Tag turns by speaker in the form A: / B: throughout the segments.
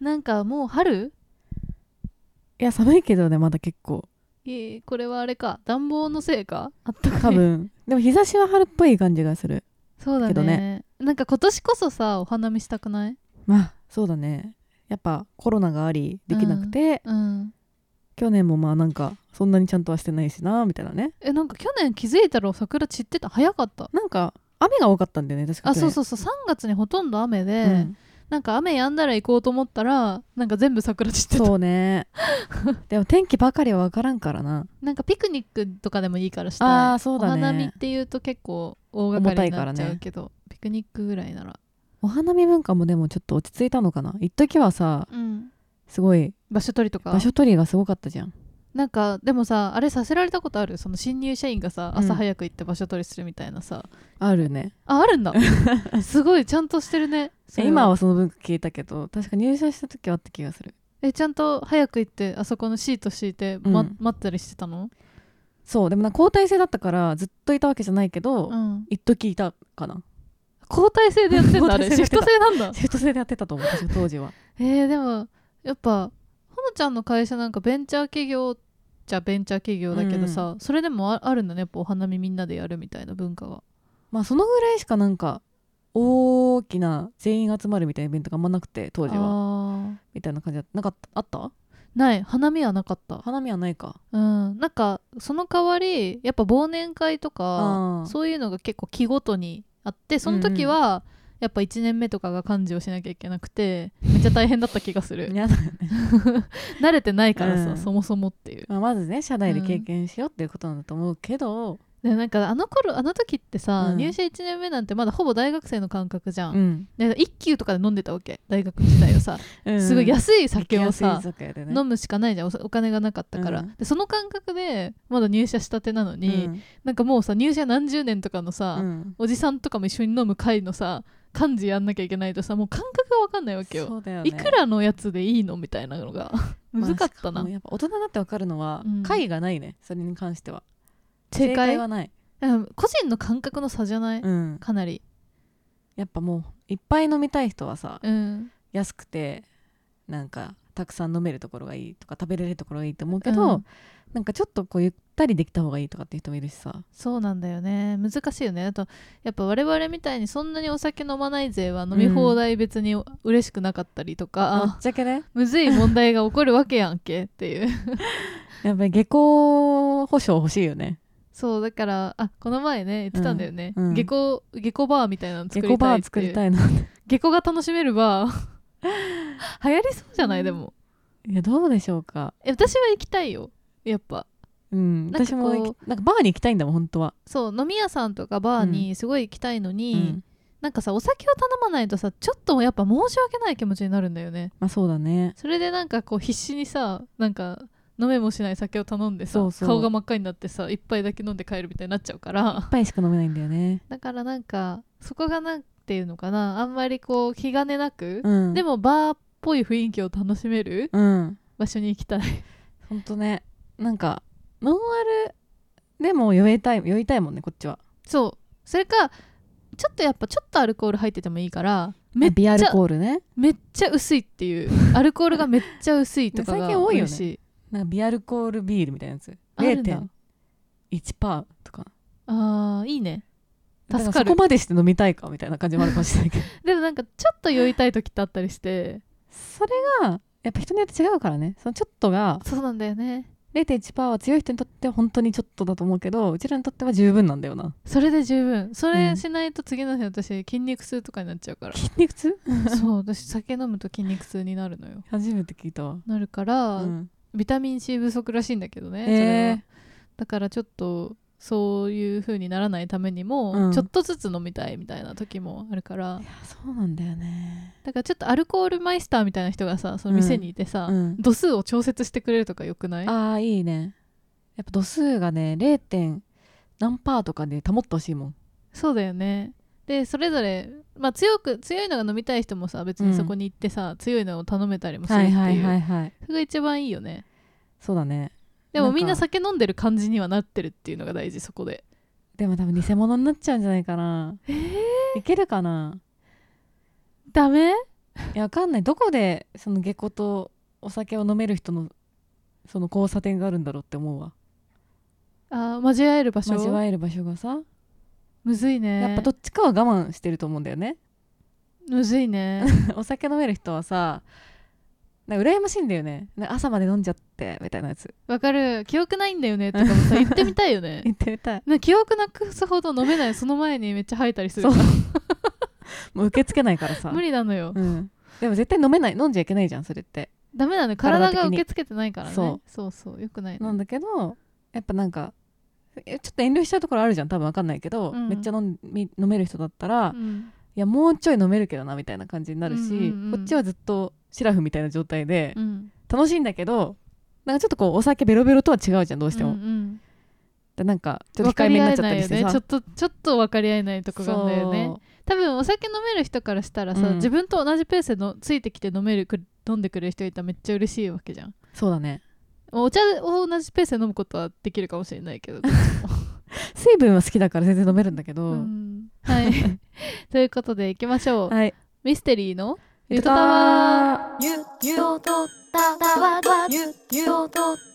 A: なんかもう春
B: いや寒いけどねまだ結構
A: えーこれはあれか暖房のせいかあったかい
B: 多分 でも日差しは春っぽい感じがする
A: そうだ
B: け
A: ね
B: ど
A: なんか今年こそさお花見したくない
B: まあそうだねやっぱコロナがありできなくて、
A: うん
B: 去年もまあなんかそんなにちゃんとはしてないしなみたいなね
A: えなんか去年気づいたら桜散ってた早かった
B: なんか雨が多かったんだよね確か
A: あそう
B: う、
A: そうそう3月にほとんど雨で、
B: うん
A: なんか雨止んだら行こうと思ったらなんか全部桜散ってた
B: そうね でも天気ばかりは分からんからな
A: なんかピクニックとかでもいいからしたい
B: あーそうだ
A: お
B: ね
A: 花見っていうと結構大掛かりになっちゃうけど、ピクニックぐらいなら、
B: お花見文化もでもちょっと落ち着いたのかな一時はさ
A: うん、
B: すごい
A: 場所取りとか
B: 場所取りがすごかったじゃん
A: なんかでもさあれさせられたことあるその新入社員がさ
B: うん
A: 朝早く行って場所取りするみたいなさ、
B: あるね
A: ああるん だすごいちゃんとしてるねそれは
B: 今はその文化消えたけど確か入社した時はあった気がする
A: えちゃんと早く行ってあそこのシート敷いて、
B: うん
A: ま待ったりしてたの
B: そうでもなんか交代制だったからずっといたわけじゃないけど、
A: うん
B: 一時いたか な
A: 交代制でやってんだあれシ
B: 交代
A: フ
B: 制で
A: ト
B: やって
A: 制
B: た
A: なんだ
B: シフト制でやってたと思う私当時は
A: えー、でもやっぱほのちゃんの会社なんかベンチャー企業じゃベンチャー企業だけどさ、それでもああるんだねやっぱお花見みんなでやるみたいな文化が
B: まあそのぐらいしかなんか大きな全員集まるみたいなイベントがあんまなくて当時
A: あ
B: は
A: ー
B: みたいな感じだったなかったあった
A: ない花見はなかった
B: 花見はないか
A: うんなんかその代わりやっぱ忘年会と
B: あ
A: か
B: ー
A: そういうのが結構期ごとにあってその時は、やっぱ1年目とかが幹事をしなきゃいけなくてめっちゃ大変だった気がする
B: 嫌だよね
A: 慣れてないからさ、
B: うん
A: そもそもっていう
B: まあ、まずね社内で経験しようっていうことなんだと思うけど、
A: でなんかあの頃あの時ってさ、
B: うん
A: 入社1年目なんてまだほぼ大学生の感覚じゃん、
B: ん
A: で一級とかで飲んでたわけ大学時代をさ、すごい
B: い
A: 安い酒をさ、
B: 酒屋でね
A: 飲むしかないじゃんおお金がなかったから、
B: うん
A: でその感覚でまだ入社したてなのに、
B: うん
A: なんかもうさ入社何十年とかのさ、
B: うん
A: おじさんとかも一緒に飲む会のさ幹事やんなきゃいけないとさもう感覚が分かんないわけよ
B: そうだよね
A: いくらのやつでいいのみたいなのが難かった
B: まあしも
A: な
B: やっぱ大人になってわかるのは
A: うん
B: 解、がないねそれに関しては
A: 正解
B: はない、
A: うん個人の感覚の差じゃない、
B: うん、
A: かなり
B: やっぱもういっぱい飲みたい人はさ
A: うん
B: 安くてなんかたくさん飲めるところがいいとか食べれるところがいいと思うけど、
A: うん
B: なんかちょっとこうゆったりできた方がいいとかっていう人もいるしさ
A: そうなんだよね難しいよねあとやっぱ我々みたいにそんなにお酒飲まない勢は飲み放題別に嬉しくなかったりと
B: ぶっ
A: か、
B: ちゃけね
A: むずい問題が起こるわけやんけっていう
B: やっぱり下校保証欲しいよね
A: そうだからあこの前ね言ってたんだよね、
B: うんうん
A: 下校下校バーみたいなの
B: 下
A: 作
B: 校
A: りた
B: バ
A: いっ
B: ー作
A: て下
B: り
A: 校
B: たいな
A: が楽しめるバー 流行りそうじゃない、
B: うん
A: でも
B: いやどうでしょうか
A: え私は行きたいよやっぱ
B: うん、
A: なんか
B: 私も行き
A: こ
B: なんかバーに行きたいんだもん本当は、
A: そう飲み屋さんとかバーにすごい行きたいのに、
B: うん
A: なんかさお酒を頼まないとさちょっとやっぱ申し訳ない気持ちになるんだよね
B: まあそうだね
A: それでなんかこう必死にさなんか飲めもしない酒を頼んでさ
B: そうそう
A: 顔が真っ赤になってさ一杯だけ飲んで帰るみたいになっちゃうか
B: 一
A: ら
B: 杯しか飲めないんだよね、
A: だからなんかそこがなんていうのかなあんまりこう気兼ねなく、
B: うん、
A: で
B: も
A: もバーっぽい雰囲気を楽しめる
B: うん
A: 場所に行きたい
B: 本当ねなんかノンアルでも酔いたい酔いたいもんねこっちは
A: そうそれかちょっとやっぱちょっとアルコール入っててもいいからめっち
B: ビ
A: ゃ
B: アルコールね
A: めっちゃ薄いっていうアルコールがめっちゃ薄いとかが
B: 最近多い よね
A: 嬉しい
B: なんかビアルコールビールみたいなやつ
A: あるんだ
B: 0.1%とか
A: あーいいね
B: だ
A: 助
B: か
A: か
B: らそ
A: る
B: こまでして飲みたいかみたいな感じもあるかもしれないけど
A: でもなんかちょっと酔いたい時ってあったりして
B: それがやっぱ人によって違うからねそのちょっとが
A: そうなんだよね
B: 0.1%は強い人にとっては本当にちょっとだと思うけどうちらにとっては十分なんだよな
A: それで十分そうれ
B: ん
A: しないと次の日私筋肉痛とかになっちゃうから
B: 筋肉痛
A: そう私酒飲むと筋肉痛になるのよ
B: 初めて聞いたわ、
A: なるから、
B: うん、
A: ビタミン C 不足らしいんだけどね、それ
B: え
A: はだからちょっとそういう風にならないためにも、
B: うん
A: ちょっとずつ飲みたいみたいな時もあるから
B: ーそうなんだよね
A: だからちょっとアルコールマイスターみたいな人がさその店にいてさ、
B: うん
A: 度数を調節してくれるとかよくない
B: ああいいねやっぱ度数がね 0. 点何パーとかで保ってほしいもん
A: そうだよねでそれぞれ、まあ、強く強いのが飲みたい人もさ別にそこに行ってさ、強いのを頼めたりもするっていう、
B: いはい
A: それが一番いいよね
B: そうだね
A: でも
B: なんか
A: みんな酒飲んでる感じにはなってるっていうのが大事そこで
B: でも多分偽物になっちゃうんじゃないかな
A: え
B: いけるかな
A: ダメ
B: いやわかんないどこでその下戸とお酒を飲める人のその交差点があるんだろうって思うわ
A: あー交える場所
B: 交わえる場所がさ、
A: むずいね
B: やっぱどっちかは我慢してると思うんだよね
A: むずいね
B: お酒飲める人はさなんか羨ましいんだよねなんか朝まで飲んじゃってみたいなやつ
A: わかる記憶ないんだよねとかもさ言ってみたいよね
B: 言ってみ たい
A: な記憶なくすほど飲めないその前にめっちゃ吐いたりする
B: そうもう受け付けないからさ
A: 無理なのよ、
B: うん、でも絶対飲めない飲んじゃいけないじゃんそれって
A: ダメなのよ
B: 体
A: 体
B: 的に
A: が受け付けてないからね
B: そう
A: そうそうよくない
B: な
A: の
B: んだけどやっぱなんかえちょっと遠慮しちゃうところあるじゃん多分わかんないけど、
A: うん
B: めっちゃ飲んみ飲める人だったら、い
A: うん
B: やもうちょい飲めるけどなみたいな感じになるし、
A: うんうんうん
B: こっちはずっとシラフみたいな状態で、
A: うん
B: 楽しいんだけどなんかちょっとこうお酒ベロベロとは違うじゃんどうしても、
A: うんうん
B: でなんかちょっ
A: 分
B: と控
A: か
B: えめ
A: り
B: に
A: 合え
B: なっちゃっ
A: な
B: た
A: い
B: り
A: よ
B: して
A: ね
B: さ
A: ちょっとちょっと分かり合えないとこがあるんだよね
B: そう
A: 多分お酒飲める人からしたらさ、
B: うん
A: 自分と同じペースでのついてきて飲めるく飲んでくれる人いたらめっちゃ嬉しいわけじゃん
B: そうだね
A: まあお茶を同じペースで飲むことはできるかもしれないけど、
B: 水分は好きだから全然飲めるんだけど、
A: うんはい ということでいきましょう、
B: はい
A: ミステリーの「ゆ
B: ゆ
A: とたわー」
C: ゆゆととたたわわゆゆとと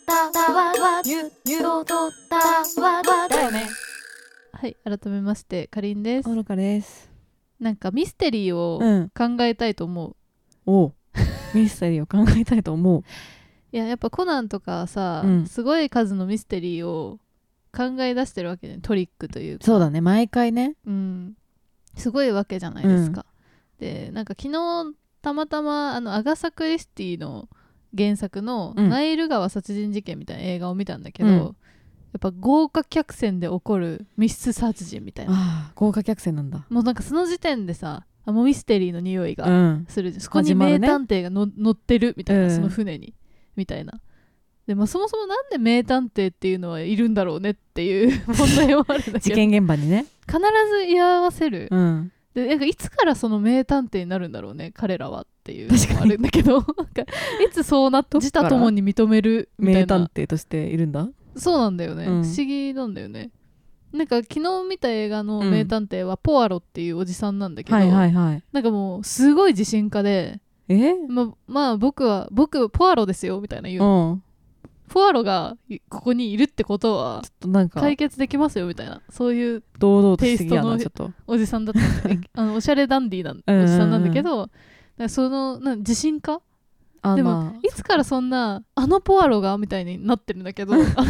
C: たたわわゆゆととたわわだよね
A: はい改めましてかりんです
B: 愚かです
A: なんかミステリーを
B: うん
A: 考えたいと思う、
B: おうミステリーを考えたいと思う
A: いややっぱコナンとかさ、
B: うん
A: すごい数のミステリーを考え出してるわけねトリックというか
B: そうだね毎回ね
A: うん、すごいわけじゃないですか。でなんか昨日たまたまあのアガサ・クリスティの原作の「
B: うん
A: ナイル川殺人事件」みたいな映画を見たんだけど、
B: うん
A: やっぱ豪華客船で起こる密室殺人みたいな
B: ああ豪華客船なんだ
A: もうなんかその時点でさあもうミステリーの匂いが
B: うん
A: するじゃんそこに
B: 始ま
A: 名
B: るね
A: 探偵がの、乗ってるみたいな、
B: うん
A: その船にみたいなで、まあ、そもそもなんで名探偵っていうのはいるんだろうねっていう 問題はあるんだけ
B: 事
A: ど
B: 件現場にね
A: 必ず居合わせる、
B: うん
A: でなんかいつからその名探偵になるんだろうね彼らはっていう
B: 確
A: のも
B: かに
A: あるんだけど なんかいつそうなった
B: どっ
A: 自
B: か
A: 他
B: ら
A: ともに認めるみた
B: 名
A: い
B: 探
A: な
B: 偵としているんだ
A: そうなんだよね、
B: うん
A: 不思議なんだよねなんか昨日見た映画の名探偵はポアロっていうおじさんなんだけど、
B: はいはいはい
A: なんかもうすごい自信家で
B: え
A: ままあ僕は僕ポアロですよみたいな言う、
B: うん
A: ポアロがいここにいるってことは
B: ちょっとなんか
A: 解決できますよみたいなそういう
B: 堂々としすぎや
A: テ
B: な
A: イ
B: ちょ
A: ス
B: っと
A: おじさんだったん であのおしゃれダンディーなん
B: うんうんうん
A: おじさんなんだけど、だからそのなん自信家
B: あ
A: でも
B: ま
A: いつからそんなあのポアロがみたいになってるんだけ どあのポ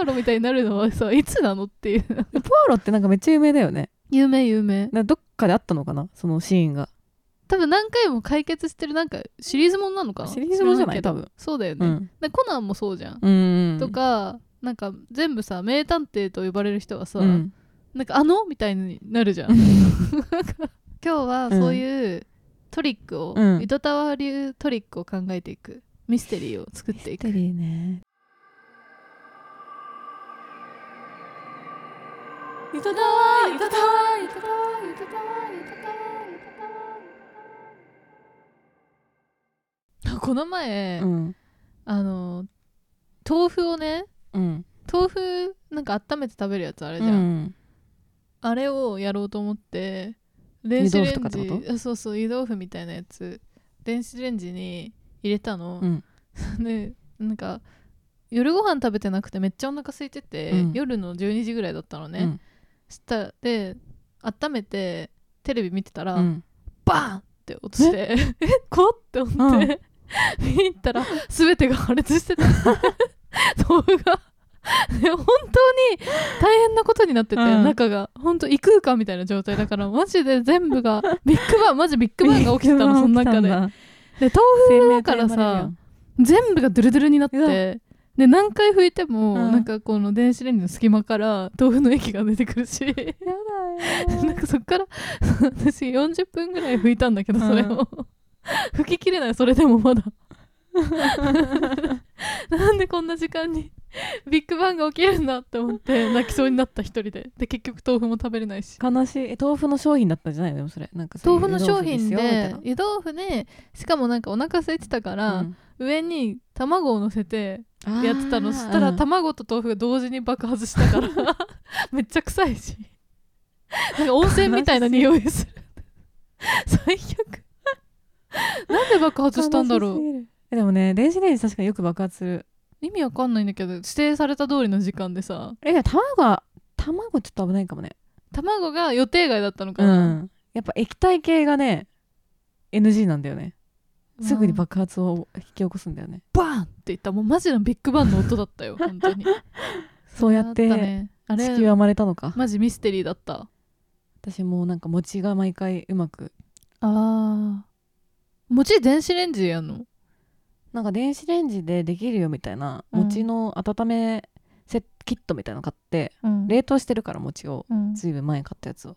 A: アロみたいになるのはさいつなのっていう
B: あポアロってなんかめっちゃ有名だよね
A: 有名有名
B: なんかどっかであったのかなそのシーンが
A: 多分何回も解決してるなんかシリーズものなのかな
B: シリーズものじゃない
A: 知らけど
B: 多分
A: そうだよ
B: う
A: ね、
B: ん
A: でコナンもそうじゃん
B: うん
A: とか、なんか全部さ名探偵と呼ばれる人はさ、
B: うん
A: なんかあのみたいにな るじゃんなんか今日はそういうトリックを、
B: うん
A: 糸タワ流トリックを考えていくミステリーを作っていく
B: リーね
C: ゆとたわゆとたわゆとたわゆとたわゆとたわゆとたわ
A: この前、
B: うん
A: あの豆腐をね
B: うん
A: 豆腐なんか温めて食べるやつあ
B: う
A: れじゃん、
B: ん
A: あれをやろうと思って電子レンジ
B: 湯豆腐とかってこ
A: あそうそう湯豆腐みたいなやつ電子レンジに入れたの、
B: うん
A: でなんか夜ご飯食べてなくてめっちゃお腹空いてて、
B: うん
A: 夜の12時ぐらいだったのね、
B: うん
A: したで温めてテレビ見てたら、
B: うん
A: バーンって落ちてえこって思って、見に行ったら全てが破裂してた 豆腐が。で本当に大変なことになってて、
B: うん
A: 中が本当異空間みたいな状態だからマジで全部 がビッグバンマジビッグバンが起きてたのその中でで
B: 豆
A: 豆腐だからさ全部がドゥルドゥルになっ
B: うわ
A: てで何回拭いても、
B: うん
A: なんかこの電子レンジの隙間から豆腐の液が出てくるし
B: や だ
A: なんかそっから私40分ぐらい拭いたんだけどそれを、 拭ききれないそれでもまだ なんでこんな時間にビッグバンが起きるんだって思って泣きそうになった一人でで結局豆腐も食べれないし
B: 悲しいえ豆腐の商品だったんじゃないのでもそれなんかそうい
A: 豆
B: う
A: 腐の商品
B: 湯豆腐す
A: で
B: よみ
A: 湯豆腐でしかもなんかお腹空いてたか
B: たい
A: ら、
B: な
A: 上に卵を乗せて
B: うん
A: やってたのそしたら
B: うん
A: 卵と豆腐が同時に爆発したから めっちゃ臭い しなんか温泉みたいな匂いする最悪なんで爆発したんだろ
B: 悲し
A: う
B: すぎるえでもね電子レンジ確かによく爆発する
A: 意味わかんないんだけど指定された通りの時間でさ
B: えいや卵は卵ちょっと危ないかもね
A: 卵が予定外だったのか
B: う
A: な、
B: んやっぱ液体系がね NG なんだよねすぐに爆発を引き起こすんだよね
A: バーンって言ったもうマジのビッグバンの音だった よ本当に
B: そうやっ
A: あった
B: て
A: ねあ
B: 地球
A: れ
B: は生まれたのか
A: マジミステリーだった
B: 私もうなんか餅が毎回うまく
A: あ餅電子レンジやんの
B: なんか電子レンジでできるよみたいな
A: うん
B: 餅の温めセッキットみたいなの買って
A: うん
B: 冷凍してるから餅を
A: うん
B: ずいぶん前に買ったやつを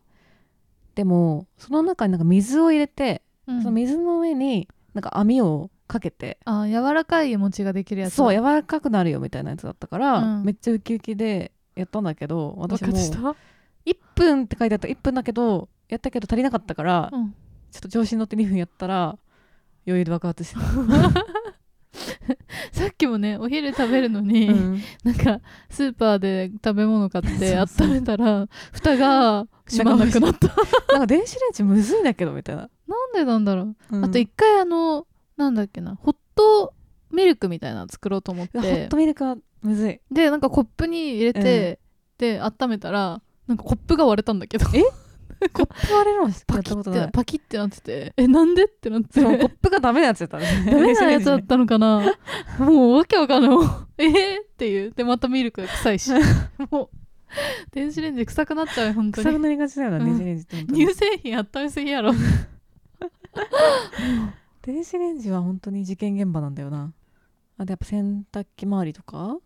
B: でもその中になんか水を入れて
A: うん
B: その水の上になんか網をかけて
A: あー柔らかい餅ができるやつ
B: そう柔らかくなるよみたいなやつだったから、
A: うん
B: めっちゃウキウキでやったんだけど私も
A: 爆発し
B: 1
A: た
B: 分って書いてあった1分だけどやったけど足りなかったから、
A: うん
B: ちょっと調子に乗って2分やったら余裕で爆発してた、
A: さっきもねお昼食べるのに、
B: うん
A: なんかスーパーで食べ物買って温めたら蓋が閉まんなくなった
B: なんか電子レンジむずいんだけどみたいな、
A: なんでなんだろう、
B: うん
A: あと一回あのなんだっけなホットミルクみたいなの作ろうと思っ
B: うわホッ
A: て
B: トミルクはむずい
A: でなんかコップに入れて、で温めたらなんかコップが割れたんだけど
B: えコップ割れるのしかや
A: パ
B: っ
A: キ
B: た
A: ッ
B: こと
A: て
B: ない
A: パキッてなっててえなんでってなって
B: そのコップがダメなやつやったんですね
A: ダメなやつだったのかな もうわけわかんないもうえー、っていうでまたミルクが臭いし もう電子レンジ臭くなっちゃうよ本当
B: 臭く
A: に
B: なりがちだよな、
A: うん
B: 電子レンジって本当に
A: 乳製品温めすぎやろ
B: 電子レンジは本当に事件現場なんだよなあとやっぱ洗濯機周りとか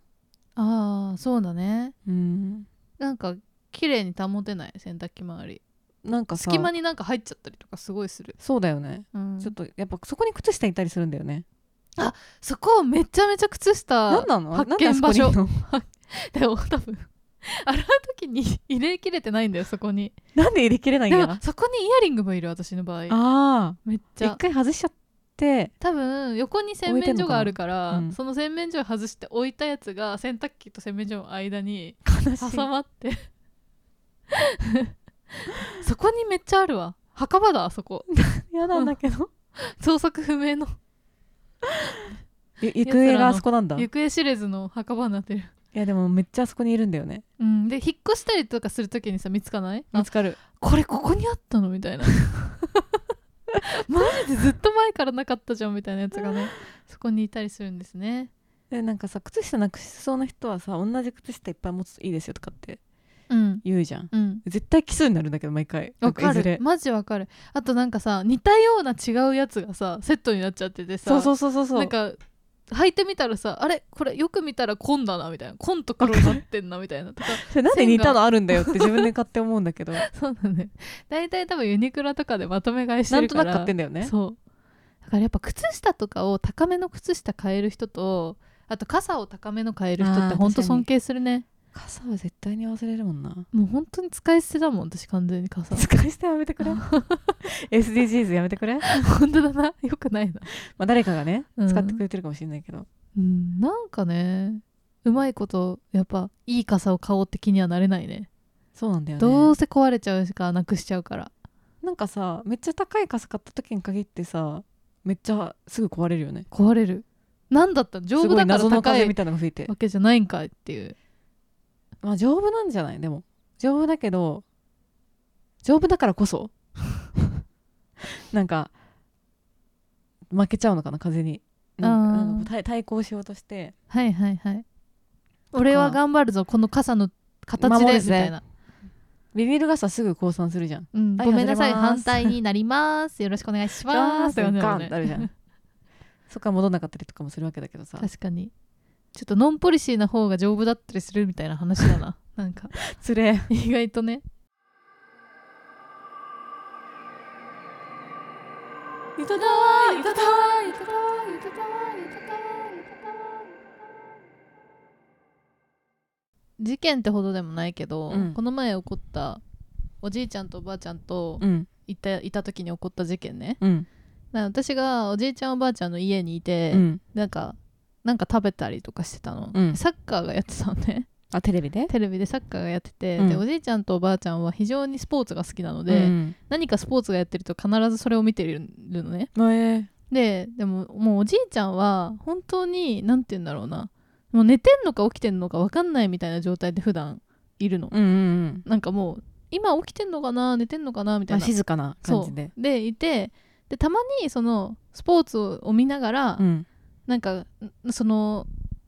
A: ああそうだね
B: うん
A: なんか綺麗に保てない洗濯機周り
B: なんかさ
A: 隙間になんか入っちゃったりとかすごいする、
B: そうだよね、
A: うん
B: ちょっとやっぱそこに靴下いたりするんだよね
A: そこをめちゃめちゃ靴下
B: 何なの
A: 発見場所
B: なんであそこにいる
A: でも多分 洗う時に入れきれてないんだよそこに
B: の なんで入れきれないん
A: で
B: や
A: もそこにイヤリングもいる私の場合
B: ああ
A: めっち
B: 一
A: ゃ
B: 回外しちゃって
A: 多分横に洗面所があるから
B: 置いてんのかなうん
A: その洗面所を外して置いたやつが洗濯機と洗面所の間に
B: 悲しい
A: 挟まって そこにめっちゃあるわ墓場だあそ こ
B: 嫌なんだ けど、
A: 捜索不明の
B: ゆ行方があそこなんだい
A: 行方知れずの墓場になってる、
B: やでもめっちゃあそこにいるんだよね
A: うん、で引っ越したりとかするときにさ見つかない
B: 見
A: あ
B: つかる
A: これここにあったのみたいな マジでずっと前からなかったじゃんみたいなやつがねそこにいたりするんですね
B: でなんかさ靴下なくしそうな人はさ同じ靴下いっぱい持つといいですよとかって
A: うん
B: 言うじゃん
A: うん
B: 絶対奇数になるんだけど毎回
A: わか
B: なんいず
A: る
B: れ
A: マジわかるあとなんかさ似たような違うやつがさセットになっちゃっててさ
B: そうそうそうそうそう
A: なんか履いてみたらさあれこれよく見たら紺だなみたいな紺と黒になってんなみたいなとか
B: それなんで似たのあるんだよって自分で買って思うんだけど
A: そうだね大体多分ユニクロとかでまとめ買いし
B: な
A: て
B: ん
A: る
B: と
A: か
B: な
A: ら
B: く買ってんだよね
A: そうだからやっぱ靴下とかを高めの靴下買える人とあと傘を高めの買える人っ
B: あ
A: て
B: ー
A: ほんと
B: 確かに
A: 尊敬するね
B: 傘は絶対に忘れるもんな
A: もう本当に使い捨てだもん私完全に傘
B: 使い捨てやめてく れ SDGs やめてくれま
A: 本当だなよくないな
B: あ誰かがね
A: うん
B: 使ってくれてるかもしれないけど、
A: うんなんかねうまいことやっぱいい傘を買おうって気にはなれないね
B: そうなんだよね
A: どうせ壊れちゃうしかなくしちゃうから
B: なんかさめっちゃ高い傘買った時に限ってさめっちゃすぐ壊れるよね
A: 壊れるなんだったの丈
B: す
A: 夫
B: ご
A: だ
B: い
A: から
B: 謎の
A: 高
B: 風
A: い
B: みたいなのが吹いて
A: わけじゃないんかいっていう
B: まあ丈夫なんじゃないでも丈夫だけど丈夫だからこそ なんか負けちゃうのかな風になんか
A: あー
B: なんか対対抗しようとして
A: はいはいはい俺は頑張るぞこの傘の形
B: 守
A: で
B: る
A: み
B: ぜ
A: たいな、
B: ビニール傘すぐ降参するじゃん
A: うん、
B: はい
A: ごめんなさい
B: 外れま
A: 反
B: す
A: 対になりますよろしくお願いしますって
B: ガ
A: 感じだ
B: ン
A: も
B: っ
A: ん
B: て
A: ね
B: なるじゃん そっから戻んなかったりとかもするわけだけどさ
A: 確かにちょっとノンポリシーな方が丈夫だったりするみたいな話だ ななんか
B: つれえ
A: 意外とね
C: ゆたたわゆたたわゆたたわゆたたわゆたたわゆたたわ
A: 事件ってほどでもないけど、
B: うん
A: この前起こったおじいちゃんとおばあちゃんと
B: うん
A: いた,、いた時に起こった事件ね
B: うん
A: な私がおじいちゃんおばあちゃんの家にいて、
B: うん
A: なんかなんか食べたりとかしてたの、
B: うん
A: サッカーがやってたのね
B: あテレビで
A: テレビでサッカーがやってて、
B: うん
A: でおじいちゃんとおばあちゃんは非常にスポーツが好きなので、
B: うん
A: 何かスポーツがやってると必ずそれを見てるのね
B: えー
A: ででももうおじいちゃんは本当に何て言うんだろうなもう寝てんのか起きてんのか分かんないみたいな状態で普段いるの、
B: うんうん
A: なんかもう今起きてんのかな寝てんのかなみ
B: う
A: た
B: ん
A: い
B: あ
A: な
B: 静かな感じで
A: そうでいてでたまにそのスポーツを見ながら、
B: うん
A: なんかんその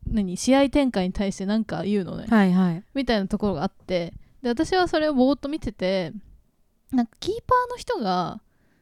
A: 何試合展開に対して何か言うのね、
B: はいはい
A: みたいなところがあってで私はそれをぼーっと見ててなんかキーパーの人が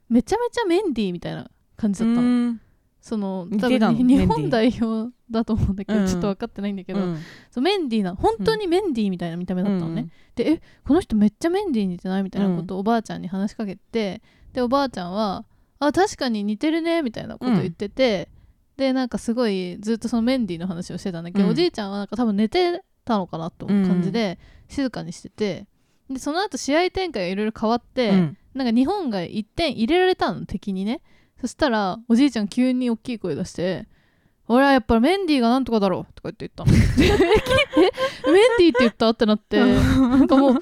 A: めちゃめちゃメンディーみたいな感じだったの。
B: うん
A: その
B: 似
A: 多
B: てたの
A: 分日
B: メン
A: 本
B: デ
A: 代表だと思うんだけど、
B: うん
A: ちょっと分かってないんだけど、
B: うん
A: そうメンディーな本当にメンディーみたいな見た目だったのね、でえこの人めっちゃメンディーに似てないみたいなことをおばあちゃんに話しかけてでおばあちゃんは「あ確かに似てるね」みたいなこと言ってて、でなんかすごいずっとそのメンディーの話をしてたんだけど、
B: うん
A: おじいちゃんはなんか多分寝てたのかなと思う感じで、静かにしててでその後試合展開がいろいろ変わって、
B: うん
A: なんか日本が1点入れられたの敵にねそしたらおじいちゃん急に大きい声出して「俺はやっぱメンディーがなんとかだろ」とか言って言ったの えメンディーって言ったってなってなんかもう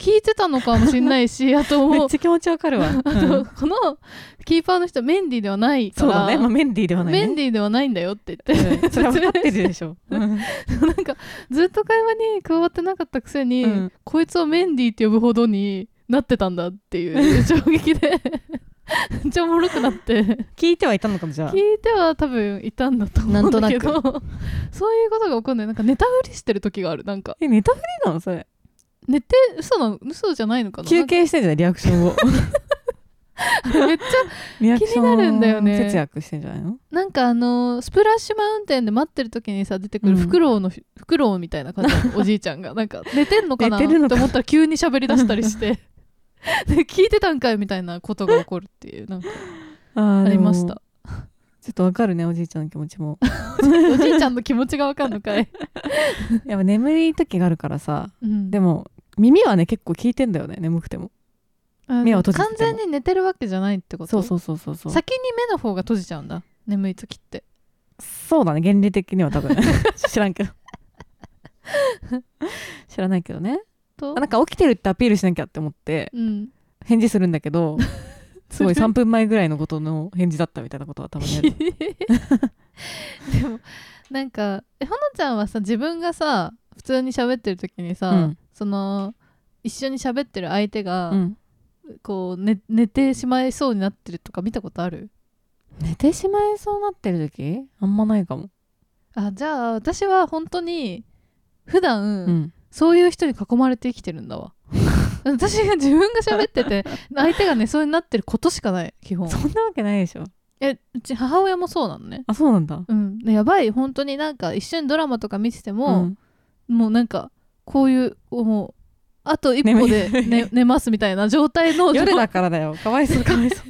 A: 聞いてたのかもしんないしあと
B: め
A: も
B: っ
A: う
B: ちゃ気持ちわかる わ、
A: あ
B: う
A: と
B: ん
A: このキーパーの人メンディーではないか
B: そうだ
A: ら、
B: ね、まあ、メンディーではない、ね、
A: メンディーではないんだよって言って
B: うん それは分かってるでしょ、うん
A: なんかずっと会話に加わってなかったくせに、
B: うん
A: こいつをメンディーって呼ぶほどになってたんだっていう衝撃でめっちゃおもろくなって
B: 聞いてはいたのかもじゃあ
A: 聞いては多分いたんだと思うんだけど
B: なん
A: そういうことが起こんないなんか寝たふりしてる時があるなんか
B: えネタフリなのそれ
A: 寝て嘘なの嘘じゃないのかな
B: 休憩してんじゃないリアクションを
A: なんかめっちゃ
B: リアクション
A: 気に
B: を
A: なるんだよね
B: 節約してんじゃないの
A: なんかあのースプラッシュマウンテンで待ってる時にさ出てくるフクロウの、フクロウみたいな感じ のおじいちゃんがなんか寝てんのかな
B: 寝てるの
A: と
B: か
A: 思ったら急に喋り出したりして で聞いてたんかいみたいなことが起こるっていうなんか
B: あ
A: ありました
B: ちょっとわかるねおじいちゃんの気持ち も
A: おじいちゃんの気持ちがわかんのかい、
B: やっぱ眠い時があるからさ
A: うん
B: でも耳はね結構聞いてんだよね眠くても
A: あ
B: 目を閉じてても
A: 完全に寝てるわけじゃないってこと
B: そうそうそうそうそう
A: 先に目の方が閉じちゃうんだ眠い時って
B: そうだね原理的には多 分知らんけど知らないけどね
A: と
B: あなんか起きてるってアピールしなきゃって思って
A: うん
B: 返事するんだけどすごい
A: ずる
B: 3分前ぐらいのことの返事だったみたいなことはた まにある
A: でもなんかえほのちゃんはさ自分がさ普通に喋ってる時にさ、
B: うん
A: その一緒に喋ってる相手が、
B: うん
A: こう、ね、寝てしまいそうになってるとか見たことある
B: 寝てしまいそうなってる時あんまないかも、
A: あじゃあ私は本当に普段、
B: うん
A: そういう人に囲まれて生きてるんだわ 私が自分が喋ってて相手が寝そうになってることしかない基本
B: そんなわけないでしょ
A: えうち母親もそうなのね
B: あそうなんだ
A: うんでやばい本当になんか一緒にドラマとか見てても、
B: ん
A: もうなんかこういうもうあと一歩で
B: 眠い
A: 寝寝ますみたいな状態の
B: 夜だ
A: 状
B: からだよかわいそうかわい そう、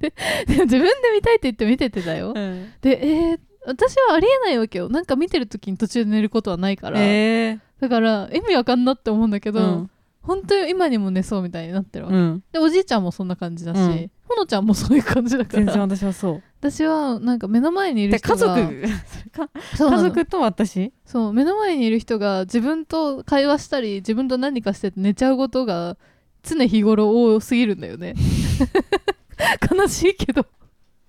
A: 態自分 で見たいって言って見ててだ よでえー私はありえないわけよなんか見てる時に途中で寝ることはないから、
B: え
A: だから意味わかんなって思うんだけ
B: ー
A: ど、本当に今にも寝そうみたいになってるわ
B: うん
A: け、
B: うん
A: でおじいちゃんもそんな感じだし、
B: うん
A: ほのちゃんもそういう感じだか
B: 全然
A: ら
B: 私はそう
A: 私はなんか目の前にいる
B: で
A: 人
B: 家
A: が
B: 族それか
A: そうな
B: 家
A: の
B: 族と私
A: そう目の前にいる人が自分と会話したり自分と何かしてて寝ちゃうことが常日頃多すぎるんだよね 悲しいけど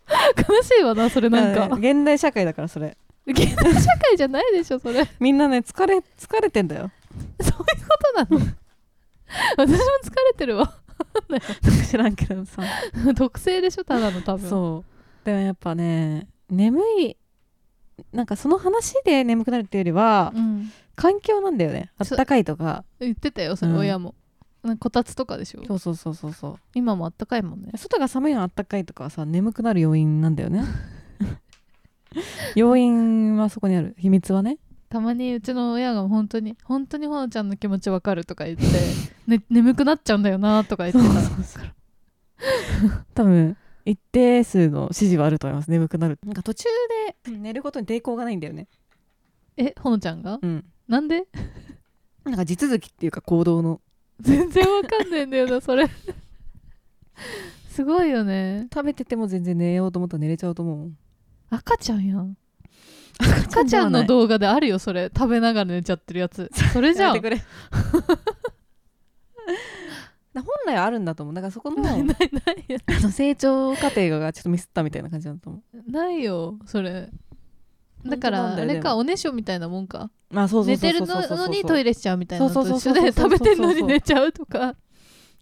A: 悲しいわなそれなん
B: だら
A: か
B: ね現代社会だからそれ
A: 現代社会じゃないでしょそれ
B: みんなね疲れ疲れてんだよ
A: そうなの私も疲れてるわ
B: 知らんけどさ
A: 特性でしょただの多分
B: そうでもやっぱね眠いなんかその話で眠くなるっていうよりは
A: うん、
B: 環境なんだよねあっ
A: そう
B: たかいとか
A: 言ってたよそれ
B: うん
A: 親も、なんかこたつとかでしょ
B: そうそうそうそうそう
A: 今もあったかいもんね
B: 外が寒いのはあったかいとかはさ眠くなる要因なんだよね要因はそこにある秘密はね
A: たまにうちの親が本当に本当にほのちゃんの気持ちわかるとか言って、 ね、眠くなっちゃうんだよなとか言ってた
B: 多分一定数の指示はあると思います眠くなるなんか途中で寝ることに抵抗がないんだよね
A: えほのちゃんが
B: うん
A: なんで
B: なんか地続きっていうか行動の
A: 全然わかんないんだよなそれすごいよね
B: 食べてても全然寝ようと思ったら寝れちゃうと思う
A: 赤ちゃんやん 赤ちゃんの
B: う
A: 動画であるよそれ食べながら寝ちゃってるやつそれじ ゃん
B: くれ本来はあるんだと思うだからそこ の
A: ないないない
B: あの成長過程がちょっとミスったみたいな感じだと思
A: ないよそれだから
B: 本当な
A: あ
B: んだよ
A: れか
B: でも
A: おねしょみたいなもんか
B: うまあそうそう
A: 寝
B: そう
A: て
B: そ
A: る
B: うそうそう
A: のにトイレしちゃうみたいなのと一
B: そ
A: 緒
B: うそうそ
A: で
B: うそうそう
A: 食べてるのに寝ちゃうとか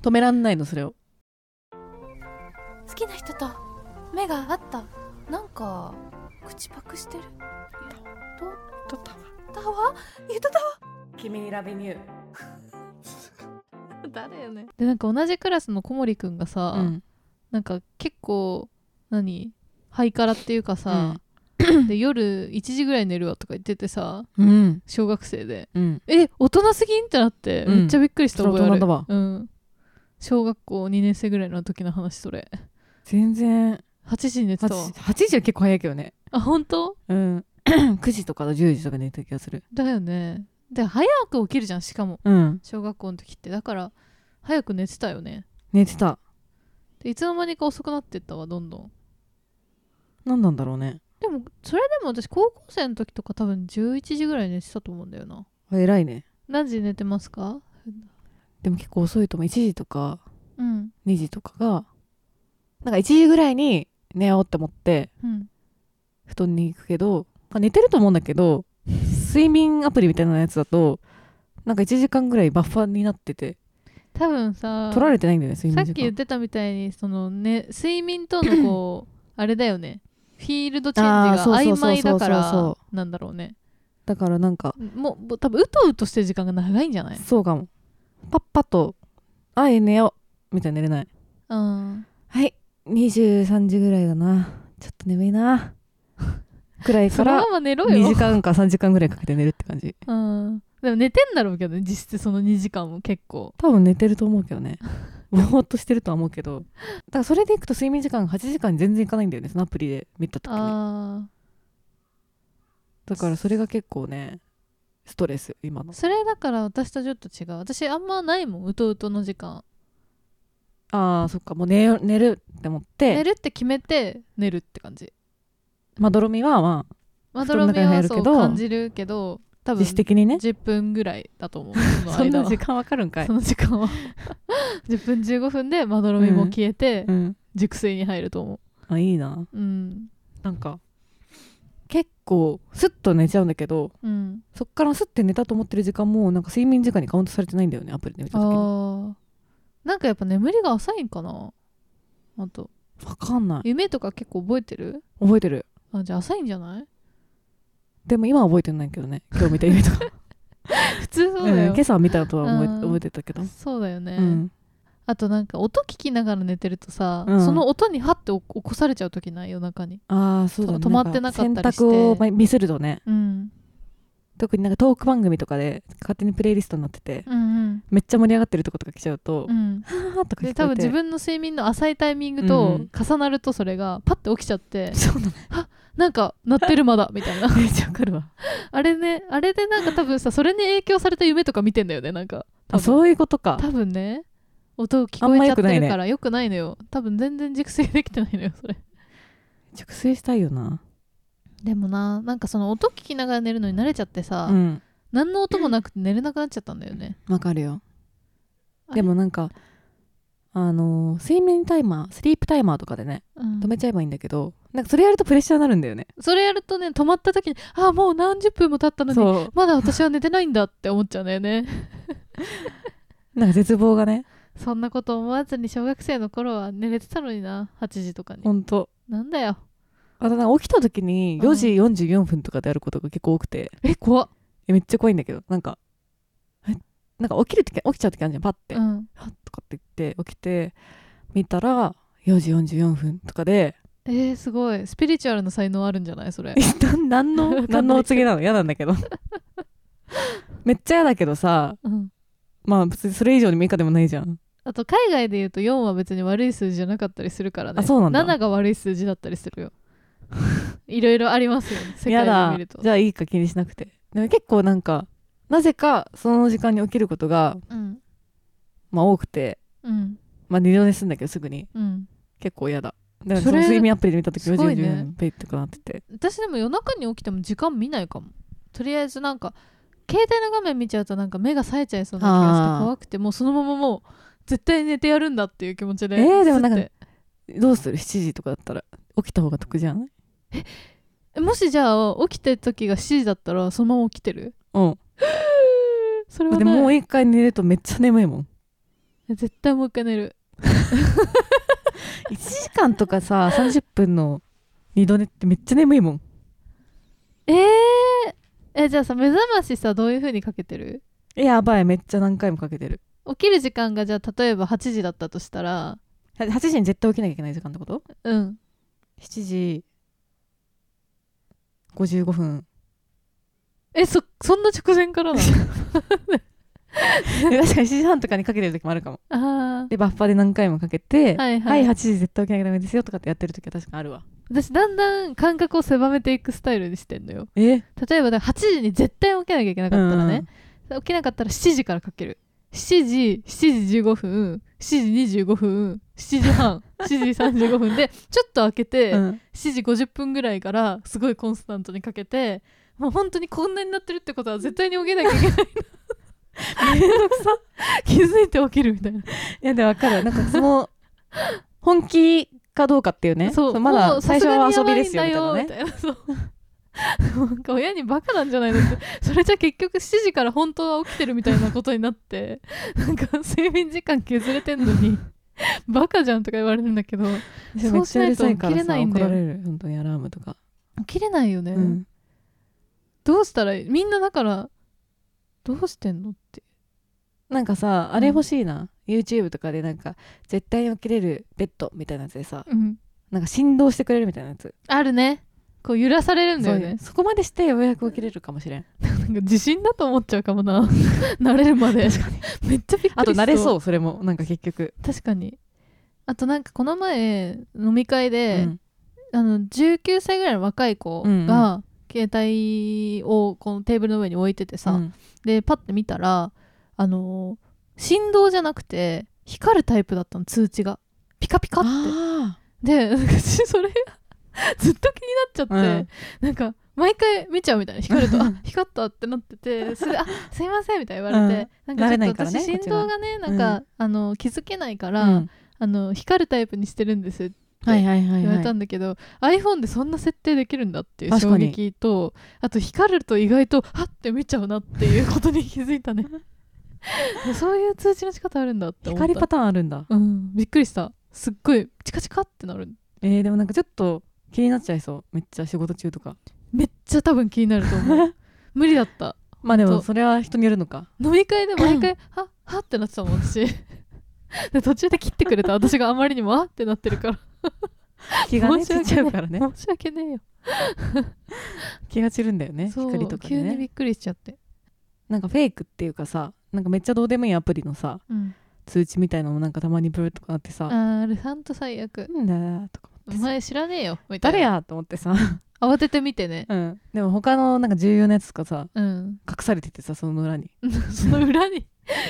B: 止めらんないのそれを
C: 好きな人と目が合ったなんか口パクしてる
B: とたわ
C: タワーゆとたわ
B: 君にラビニュー
A: 誰よねでなんか同じクラスの小森くんがさ、
B: うん
A: なんか結構何ハイカラっていうかさ、で夜1時ぐらい寝るわとか言っててさ
B: うん
A: 小学生で
B: うん
A: え大人すぎんってなって、
B: うん
A: めっちゃびっくりした覚えあ
B: そ
A: る
B: れ大人だわ
A: うん、小学校2年生ぐらいの時の話それ
B: 全然
A: 8時に寝てたわ
B: 8, 時は結構早いけどね
A: あ本当
B: うん 9時とか10時とか寝た気がする
A: だよねで早く起きるじゃんしかも
B: うん
A: 小学校の時ってだから早く寝てたよね
B: 寝てた
A: でいつの間にか遅くなってったわどんどん
B: 何なんだろうね
A: でもそれでも私高校生の時とか多分11時ぐらい寝てたと思うんだよな
B: 偉いね
A: 何時に寝てますか
B: でも結構遅いと思う1時とか
A: うん
B: 2時とかがなんか1時ぐらいに寝ようって思って
A: うん
B: 布団に行くけどまあ寝てると思うんだけど睡眠アプリみたいなやつだとなんか1時間ぐらいバッファーになってて
A: 多分さ
B: 取られてないんだよね睡
A: さ
B: 眠
A: っき
B: 時
A: 言っ
B: 間
A: てたみたいにそのね睡眠との こうあれだよねフィールドチェンジ
B: あー
A: が
B: そうそ
A: 曖
B: うそうそう
A: 昧だか
B: そう
A: ら
B: そ
A: なんだろうね
B: だからなんか
A: もう多分うとうとしてる時間が長いんじゃない
B: そうかもパッパと「あい寝よう」みたいに寝れない
A: うん
B: はい23時ぐらいだなちょっと眠いなくらいか
A: その
B: ら
A: まま寝ろ
B: 2時
A: よ、
B: 間か3時間ぐらいかけて寝るって感じ
A: うん、でも寝てんだろうけどね実質その2時間も結構
B: 多分寝てると思うけどねぼーっとしてるとは思うけどだからそれでいくと睡眠時間が8時間に全然いかないんだよねそのアプリで見た時に
A: あ
B: だからそれが結構ねストレス今の
A: ーそれだから私とちょっと違う私あんまないもんうとうとの時間
B: ああそっかもう寝よ寝るって思っ
A: 寝
B: て
A: るって決めて寝るって感じ
B: まどろみはま
A: まどろ
B: 団の
A: み
B: 中に入
A: は
B: る
A: そ
B: けど
A: う感じるけど多
B: あ
A: 分
B: 自主的にね
A: 10分ぐらいだと思うその
B: そん
A: 間
B: な
A: は
B: 時間わかるんかい
A: そ、の時間は 10分15分でまどろみも消えて
B: うん、
A: 熟睡に入ると思
B: あいいな
A: ううん
B: なんか結構スッと寝ちゃうんだけど
A: うん
B: そっからスッて寝たと思ってる時間もなんか睡眠時間にカウントされてないんだよねアプリで見た
A: あ
B: 時に
A: ーなんかやっぱ眠りが浅いんかなあと
B: わかんない
A: 夢とか結構覚えてる
B: 覚えてる
A: あじゃあ浅いんじゃ ない
B: でも今は覚えてないけどね今日見た夢とか
A: 普通そう
B: うん
A: だよ、
B: 今朝見たとは覚え
A: うん
B: 覚えてたけど、
A: そうだよね、
B: うん、
A: あとなんか音聞きながら寝てるとさ、
B: うん
A: その音にハッて起起こされちゃう時ない夜中に
B: ああそうだね
A: と止まってなかったりして
B: ん洗濯をまミスるとね
A: うん、
B: 特になんかトーク番組とかで勝手にプレイリストになってて
A: うん
B: めっちゃ盛り上がってるとことか来ちゃうと
A: うんう、ん
B: はあとか聞こえ
A: で
B: て
A: 多分自分の睡眠の浅いタイミングと
B: うん
A: 重なるとそれがパッて起きちゃって、
B: そ うな
A: なんか鳴ってるまだみたいな
B: のめっちゃわかるわ
A: あれねあれでなんか多分さそれに影響された夢とか見てんだよねなんか多
B: あ
A: 分
B: そういうことか
A: 多分ね音を聞こえちゃって
B: あんま良くないね
A: るからよくないのよ多分全然熟睡できてないのよそれ
B: 熟睡したいよな
A: でもななんかその音聞きながら寝るのに慣れちゃってさ、
B: うん
A: 何の音もなくて寝れなくなっちゃったんだよね
B: わかるよ
A: あれ
B: でもなんかあのー睡眠タイマースリープタイマーとかでね
A: うん
B: 止めちゃえばいいんだけどなんかそれやるとプレッシャーになるんだよね
A: それやるとね止まった時にあもう何十分も経ったのに
B: そ
A: まだ私は寝てないんだって思っちゃうんだよね
B: うなんか絶望がね
A: そんなこと思わずに小学生の頃は寝れてたのにな8時とかに
B: ほんと
A: なんだよ
B: あとなんか起きた時に
A: うん
B: 4時44分とかであることが結構多くて、
A: え怖っ、
B: えめっちゃ怖いんだけどなんかえなんか起きる時起きちゃう時あるじゃんパッて、
A: うん、
B: パッとかって言って起きて見たら4時44分とかで
A: えー、すごいスピリチュアルの才能あるんじゃないそれ
B: なんな んの何のお告げなの嫌なんだけど めっちゃ嫌だけどさ
A: うん
B: まあ別にそれ以上にも以下でもないじゃん
A: あと海外で言うと4は別に悪い数字じゃなかったりするからね
B: あそうなんだ
A: 7が悪い数字だったりするよいろいろありますよね世界
B: 嫌
A: で
B: だ
A: 見ると
B: じゃあいいか気にしなくてでも結構なんかなぜかその時間に起きることが、
A: うん
B: まあ、多くて、
A: うん
B: まあ、二度寝するんだけどすぐに
A: うん
B: 結構嫌だだから
A: そ
B: そ
A: れ
B: の睡眠アプリで見た時
A: す
B: は
A: ご
B: 10
A: いね
B: 分ペイとかなってて
A: 私でも夜中に起きても時間見ないかもとりあえずなんか携帯の画面見ちゃうとなんか目が冴えちゃいそうな気がし
B: あ
A: て
B: ー
A: 怖くてもうそのままもう絶対寝てやるんだっていう気持ちで
B: えーでもなんか
A: スッて
B: どうする7時とかだったら起きた方が得じゃない
A: えもしじゃあ起きてる時が7時だったらそのまま起きてる
B: うん
A: それは
B: で
A: ない
B: もう一回寝るとめっちゃ眠い もん
A: 絶対もう一回寝る
B: 1時間とかさ30分の二度寝ってめっちゃ眠いもん
A: えー、えじゃあさ目覚ましさどういう風にかけてる
B: えやばいめっちゃ何回もかけてる
A: 起きる時間がじゃあ例えば8時だったとしたら
B: は8時に絶対起きなきゃいけない時間ってこと
A: うん
B: 7時55分
A: えそそんな直前からな
B: え 確かに7時半とかにかけてる時もあるかも
A: のあ
B: でバッファで何回もかけて
A: ー
B: はい、
A: はいはい、
B: 8時絶対起きなきゃダメですよとかってやってる時は確かにあるわ
A: 私だんだん感覚を狭めていくスタイルにしてんのよ
B: え
A: 例えばだから8時に絶対起きなきゃいけなかったらね、起きなかったら7時からかける7時7時15分7時25分7時半 7時35分でちょっと開けて、
B: うんうん
A: 7時50分ぐらいからすごいコンスタントにかけてもう本当にこんなになってるってことは絶対に起きなきゃいけないなめんどくさ 気づいて起きるみたいな、
B: いやでもわかる なんかその本気かどうかっていうねのま
A: も
B: だ
A: う
B: 最初は遊びですよ
A: さ
B: みたい
A: がにやば
B: な
A: い
B: ね
A: んだよみたいなそう なんか親にバカなんじゃないのって それじゃ結局7時から本当は起きてるみたいなことになって なんか睡眠時間削れてんのに バカじゃんとか言われるんだけど
B: めっ
A: そうし
B: ちゃ
A: な
B: う
A: い
B: る
A: と
B: さ
A: 起き
B: いから
A: れ
B: さ
A: ないん
B: 怒
A: だよ
B: られる本当にアラームとか、
A: 起きれないよね、
B: うん
A: どうしたらいいみんなだからどうしてんのって
B: なんかさあれ欲しいな、YouTube とかでなんか絶対に起きれるベッドみたいなやつでさ
A: うん
B: なんか振動してくれるみたいなやつ
A: あるねこう揺らされるんだよね
B: そうそこまでしてようやく起きれるかもしれん
A: なんか自信だと思っちゃうかもな 慣れるまでめっちゃびっくりし
B: あと慣れそううそれもなんか結局、
A: 確かにあとなんかこの前飲み会で、
B: うん
A: あの19歳ぐらいの若い子
B: うん
A: が携帯をこのテーブルの上に置いててさ、
B: うん
A: でパッて見たらあの振動じゃなくて光るタイプだったの通知がピカピカって
B: あ
A: で私それが ずっと気になっちゃって、
B: うん
A: なんか毎回見ちゃうみたいな光る とあ光ったってなっててそれであすいませんみたいな言われて、なんか
B: 慣れな
A: ちょ
B: い
A: っ
B: か
A: と
B: ら
A: 私、
B: ね
A: 振動がねなんか、あの気づけないか
B: ー
A: ら、
B: うん
A: あの光るタイプにしてるんですって
B: はいはいはい
A: 言われ
B: は
A: た
B: い
A: んだけど、iPhone でそんな設定できるんだっていう
B: 確
A: 衝
B: かに
A: 撃とあと光ると意外とハッて見ちゃうなっていうことに気づいたね そういう通知の仕方あるんだって思った
B: 光パターンあるんだ
A: うんびっくりしたすっごいチカチカってなる
B: えー、でもなんかちょっと気になっちゃいそうめっちゃ仕事中とか
A: めっちゃ多分気になると思 う無理だった
B: まあで
A: そう
B: もそれは人によるのか
A: 飲み会で毎回ははってなってたもん私 で途中で切ってくれた私があまりにもあってなってるから
B: 気がね
A: 申し訳な
B: 散
A: い
B: っちゃう からね
A: 申し訳ねえよ
B: 気が散るんだよね
A: そう
B: 光とかで
A: 急にび
B: ね
A: っくりしちゃって、
B: なんかフェイクっていうかさなんかめっちゃどうでもいいアプリのさ
A: うん、
B: 通知みたいなのもなんかたまにブルーとかなってさ
A: あールサント最悪
B: なんだーとか
A: お
B: 思ってさ
A: 前知らねえよみたいな
B: 誰やと思ってさ、
A: 慌てて見てね
B: うん、でも他のなんか重要なやつとかさ
A: うん
B: 隠されててさその裏に
A: その裏に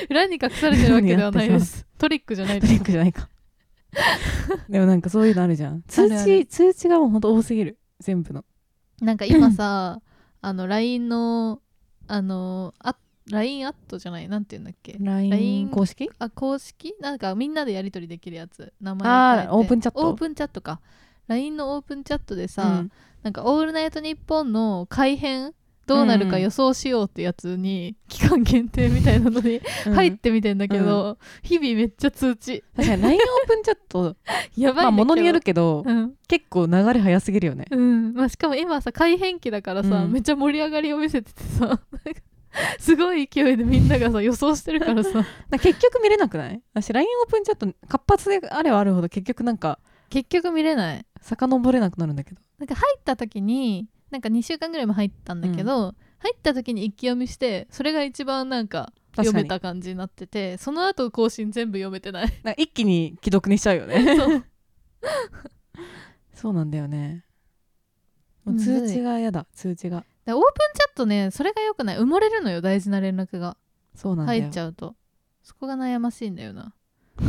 A: 裏に隠されてるわけではないですトリックじゃない
B: ト
A: です
B: リックじゃない かでもなんかそういうのあるじゃん通知
A: あるある
B: 通知がもうほんと多すぎる全部の
A: なんか今さ あの LINE のあのあ LINE アットじゃないなんて言うんだっけ LINE
B: LINE 公式
A: あ公式なんかみんなでやり取りできるやつ名前
B: あー
A: 変えて
B: オープンチャット
A: オープンチャットか LINE のオープンチャットでさ、
B: うん
A: なんか「オールナイトニッポン」の改編どうなるか予想しようってやつに、期間限定みたいなのに入ってみてんだけど、日々めっちゃ通知
B: 確かに LINE オープンチャッ ト
A: やばいんだけど
B: まあものによるけど
A: うん、
B: 結構流れ早すぎるよね
A: うんまあ、しかも今さ改編期だからさ、
B: うん
A: めっちゃ盛り上がりを見せててさなんかすごい勢いでみんながさ予想してるからさ
B: なんか結局見れなくない私 LINE オープンチャット活発であればあるほど結局なんか
A: 結局見れない
B: 遡れなくなるんだけど
A: なんか入った時になんか2週間ぐらいも入ったんだけど、入った時に一気読みしてそれが一番なんか
B: 確
A: 読
B: か
A: め
B: に
A: た感じになっててその後更新全部読めてない
B: なんか一気に既読にしちゃうよね
A: そう
B: そうなんだよね。もう
A: むずい
B: 通知が嫌だ、通知が。
A: でオープンチャットねそれがよくない埋もれるのよ大事な連絡が
B: そうなんだよ。
A: 入っちゃうと そこが悩ましいんだよな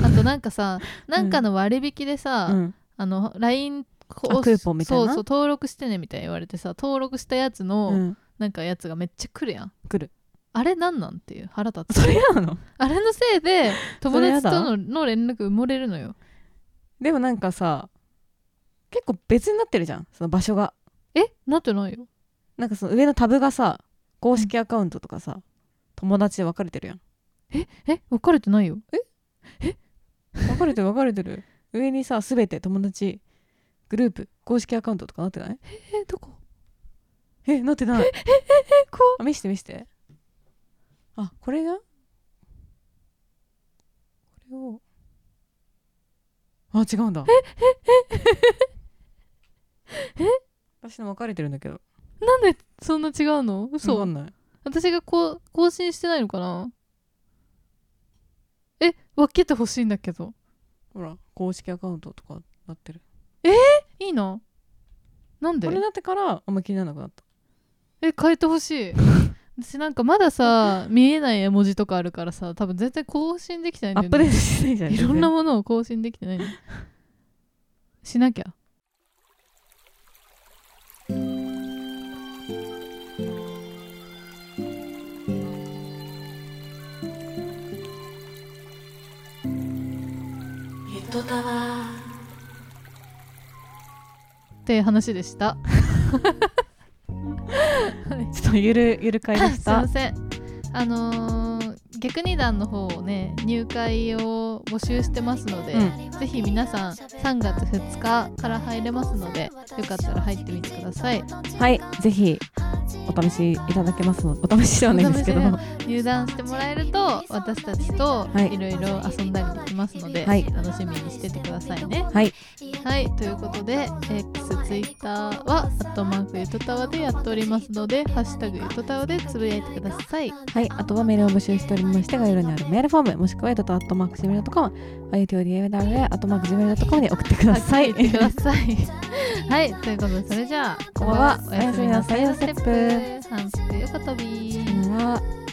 A: あとなんかさなんかの割引でさ、
B: うん
A: あの LINE こ
B: あクーポンみたいな
A: そうそう登録してねみたいに言われてさ登録したやつの、
B: うん、
A: なんかやつがめっちゃ来るやん
B: 来る
A: あれなんなんっていう腹立つ
B: それなの
A: あれのせい で友達
B: それ
A: と
B: やだ
A: のの連絡埋もれるのよ
B: でもなんかさ結構別になってるじゃんその場所が
A: えなってないよ
B: なんかその上のタブがさ公式アカウントとかさ、友達で分かれてるやん
A: え別れてないよ
B: 分かれてる分かれてる上にさ全て友達グループ公式アカウントとかなってない
A: えどこ
B: えなって ない
A: え怖っ
B: あ見して見してあこれがこれをあ違うんだえ私の分かれてるんだけど
A: なんでそんな違うの
B: 分
A: 嘘
B: かんない
A: 私がこう更新してないのかなえ分けてほしいんだけど
B: ほら公式アカウントとかなってる
A: いいななんで
B: これなってからあんま気にならなくなった
A: え変えてほ しい私なんかまださ見えない絵文字とかあるからさ多分全然更新できてないんだ
B: アッ
A: よ
B: プ
A: ね
B: デートしてないじゃん
A: いろんなものを更新できてないのしなきゃ
C: ゆとたわ
A: って話でしたはい
B: ちょっとゆるゆる会でし
A: すいま
B: た
A: せんあのー逆二段の方をね入会を募集してますので、
B: う
A: ぜひ皆さん3月2日から入れますのでよかったら入ってみてください
B: はいぜひお試しいただけますのでお試しではないんですけど
A: お試しで
B: は
A: は入団してもらえると私たちと
B: はい
A: いろいろ遊んだりできますので、
B: はい
A: 楽しみにしててくださいね
B: い
A: はいということで X ツイッターは「アットマークゆとたわ」でやっておりますので「ハッシュタグゆとたわ」でつぶやいてください
B: はい、あとはメールを募集しておりまして、概要欄にあるメールフォーム、もしくは、えっと、アットマークジメルドットコム、IUTODAWA、アットマークジメルドットコムに送ってください。
A: 言ってくださ いはいということでそれじゃあ
B: こんばんは
A: おやすみなさい
B: お
A: の
B: や
A: ス
B: す
A: テ
B: み
A: ッ
B: な
A: プ
B: さいのステ
A: 反
B: ッ
A: 復横跳び
B: さよなら